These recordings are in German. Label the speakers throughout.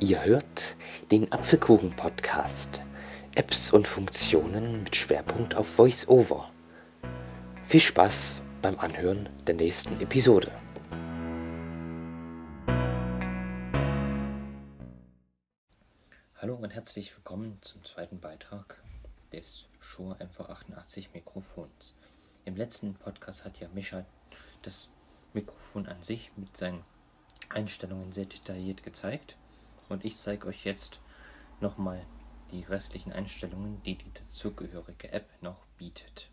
Speaker 1: Ihr hört den Apfelkuchen-Podcast. Apps und Funktionen mit Schwerpunkt auf VoiceOver. Viel Spaß beim Anhören der nächsten Episode. Hallo und herzlich willkommen zum zweiten Beitrag des Shure MV88 Mikrofons. Im letzten Podcast hat ja Mischa das Mikrofon an sich mit seinen Einstellungen sehr detailliert gezeigt und ich zeige euch jetzt nochmal die restlichen Einstellungen, die die dazugehörige App noch bietet.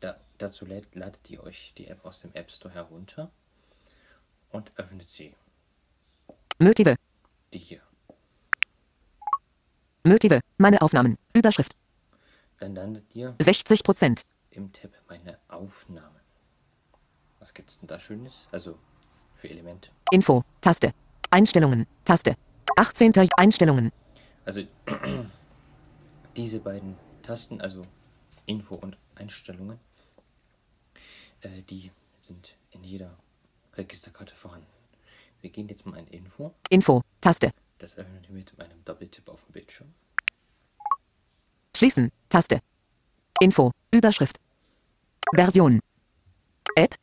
Speaker 1: Da, dazu lädt, ladet ihr euch die App aus dem App Store herunter und öffnet sie,
Speaker 2: Motive.
Speaker 1: die hier.
Speaker 2: Motive. Meine Aufnahmen. Überschrift.
Speaker 1: Dann landet ihr
Speaker 2: 60 Prozent.
Speaker 1: im Tab meine Aufnahmen. Was gibt's denn da Schönes? Also für Elemente.
Speaker 2: Info. Taste. Einstellungen. Taste. 18. Einstellungen.
Speaker 1: Also diese beiden Tasten, also Info und Einstellungen, äh, die sind in jeder Registerkarte vorhanden. Wir gehen jetzt mal in Info.
Speaker 2: Info. Taste.
Speaker 1: Das öffnen wir mit einem Doppeltipp auf dem Bildschirm.
Speaker 2: Schließen. Taste. Info. Überschrift. Version. App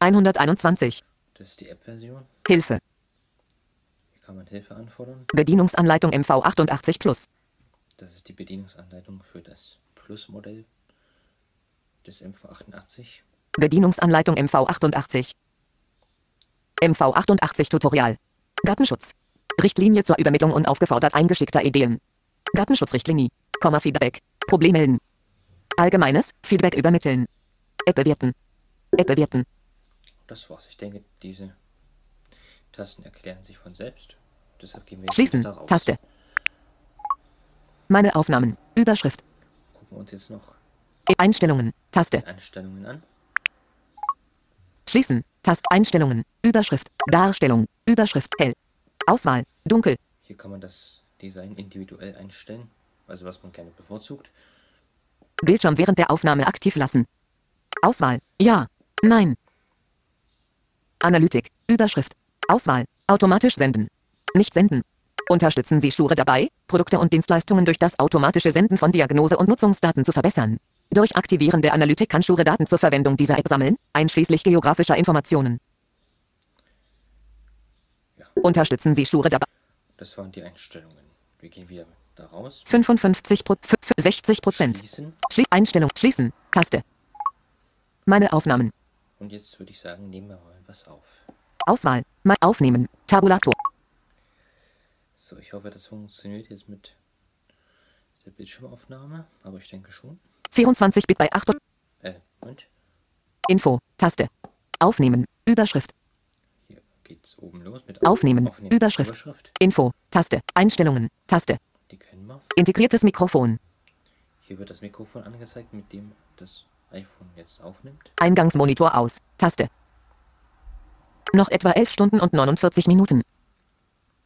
Speaker 2: 2.6.2.121.
Speaker 1: Das ist die App-Version.
Speaker 2: Hilfe.
Speaker 1: Hier kann man Hilfe anfordern.
Speaker 2: Bedienungsanleitung MV88 Plus.
Speaker 1: Das ist die Bedienungsanleitung für das Plus-Modell des MV88.
Speaker 2: Bedienungsanleitung MV88. MV88 Tutorial. Datenschutz. Richtlinie zur Übermittlung unaufgefordert eingeschickter Ideen. Datenschutzrichtlinie. Komma Feedback. Problem melden. Allgemeines Feedback übermitteln. App bewerten. App bewerten.
Speaker 1: Das war's. Ich denke, diese Tasten erklären sich von selbst. Deshalb gehen wir
Speaker 2: Schließen.
Speaker 1: da raus.
Speaker 2: Taste. Meine Aufnahmen. Überschrift. E-
Speaker 1: Gucken wir uns jetzt noch
Speaker 2: Einstellungen. Taste.
Speaker 1: die Einstellungen an.
Speaker 2: Schließen. Taste. Einstellungen. Überschrift. Darstellung. Überschrift. Hell. Auswahl. Dunkel.
Speaker 1: Hier kann man das Design individuell einstellen, also was man gerne bevorzugt.
Speaker 2: Bildschirm während der Aufnahme aktiv lassen. Auswahl. Ja. Nein. Analytik. Überschrift. Auswahl. Automatisch senden. Nicht senden. Unterstützen Sie Schure dabei, Produkte und Dienstleistungen durch das automatische Senden von Diagnose- und Nutzungsdaten zu verbessern. Durch Aktivieren der Analytik kann Schure Daten zur Verwendung dieser App sammeln, einschließlich geografischer Informationen.
Speaker 1: Ja.
Speaker 2: Unterstützen Sie Schure dabei.
Speaker 1: Das waren die Einstellungen. Wir gehen wieder da raus.
Speaker 2: 55 Pro, 60 Prozent.
Speaker 1: Schließen.
Speaker 2: Schlie Einstellung. Schließen. Taste. Meine Aufnahmen.
Speaker 1: Und jetzt würde ich sagen, nehmen wir mal was auf.
Speaker 2: Auswahl. Mal aufnehmen. Tabulator.
Speaker 1: So, ich hoffe, das funktioniert jetzt mit der Bildschirmaufnahme, aber ich denke schon.
Speaker 2: 24 Bit bei 8. und-
Speaker 1: Äh, und
Speaker 2: Info. Taste. Aufnehmen. Überschrift.
Speaker 1: hier geht's oben los mit
Speaker 2: Aufnehmen. Überschrift. Info. Taste. Einstellungen. Taste.
Speaker 1: Die kennen wir.
Speaker 2: Integriertes Mikrofon.
Speaker 1: Hier wird das Mikrofon angezeigt, mit dem das iPhone jetzt aufnimmt.
Speaker 2: Eingangsmonitor aus. Taste. Noch etwa 11 Stunden und 49 Minuten.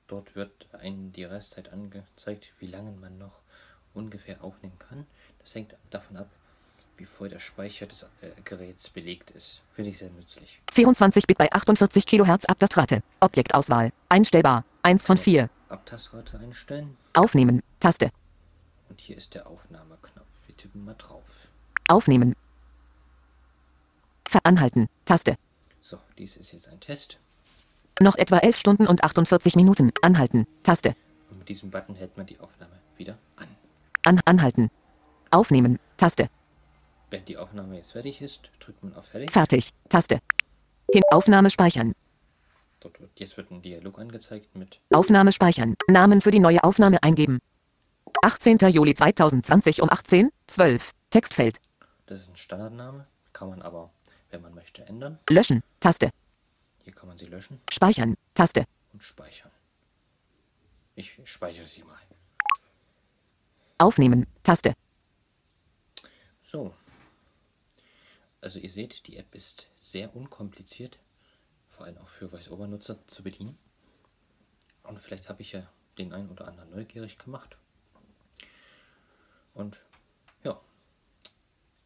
Speaker 1: Dort wird einem die Restzeit angezeigt, wie lange man noch ungefähr aufnehmen kann. Das hängt davon ab, wie voll der Speicher des äh, Geräts belegt ist. Finde ich sehr nützlich.
Speaker 2: 24 Bit bei 48 Kilohertz Abtastrate. Objektauswahl. Einstellbar. 1 von 4.
Speaker 1: Abtastrate einstellen
Speaker 2: Aufnehmen. Taste.
Speaker 1: und hier ist der Aufnahmeknopf. Wir tippen mal drauf.
Speaker 2: Aufnehmen. Veranhalten. Taste.
Speaker 1: So, dies ist jetzt ein Test.
Speaker 2: Noch etwa 11 Stunden und 48 Minuten. Anhalten. Taste.
Speaker 1: Und mit diesem Button hält man die Aufnahme wieder an.
Speaker 2: An anhalten. Aufnehmen. Taste.
Speaker 1: Wenn die Aufnahme jetzt fertig ist, drückt man auf Fertig.
Speaker 2: Fertig. Taste. Hin Aufnahme speichern.
Speaker 1: Dort wird, jetzt wird ein Dialog angezeigt mit
Speaker 2: Aufnahme speichern. Namen für die neue Aufnahme eingeben. 18. Juli 2020 um 18, 12. Textfeld.
Speaker 1: Das ist ein Standardname, kann man aber, wenn man möchte, ändern.
Speaker 2: Löschen. Taste.
Speaker 1: Hier kann man sie löschen
Speaker 2: Speichern. Taste.
Speaker 1: und speichern. Ich speichere sie mal.
Speaker 2: Aufnehmen. Taste.
Speaker 1: So. Also ihr seht, die App ist sehr unkompliziert, vor allem auch für VoiceOver-Nutzer zu bedienen. Und vielleicht habe ich ja den einen oder anderen neugierig gemacht. Und ja,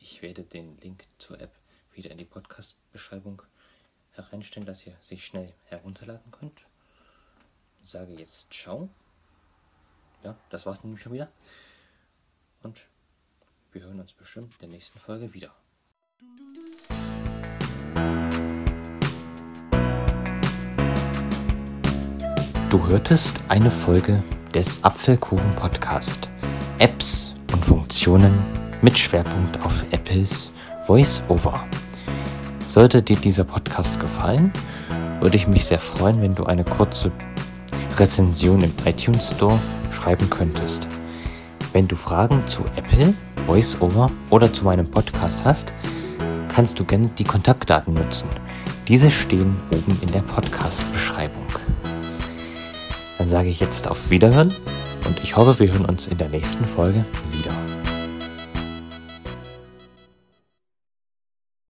Speaker 1: ich werde den Link zur App wieder in die Podcast-Beschreibung hereinstellen, dass ihr sie schnell herunterladen könnt. Ich sage jetzt Ciao. Ja, das war's nämlich schon wieder. Und wir hören uns bestimmt in der nächsten Folge wieder. Du hörtest eine Folge des Apfelkuchen Podcast. Apps und Funktionen mit Schwerpunkt auf Apples Voice-Over. Sollte dir dieser Podcast gefallen, würde ich mich sehr freuen, wenn du eine kurze Rezension im iTunes Store schreiben könntest. Wenn du Fragen zu Apple, VoiceOver oder zu meinem Podcast hast, kannst du gerne die Kontaktdaten nutzen. Diese stehen oben in der Podcast-Beschreibung. Dann sage ich jetzt auf Wiederhören und ich hoffe, wir hören uns in der nächsten Folge wieder.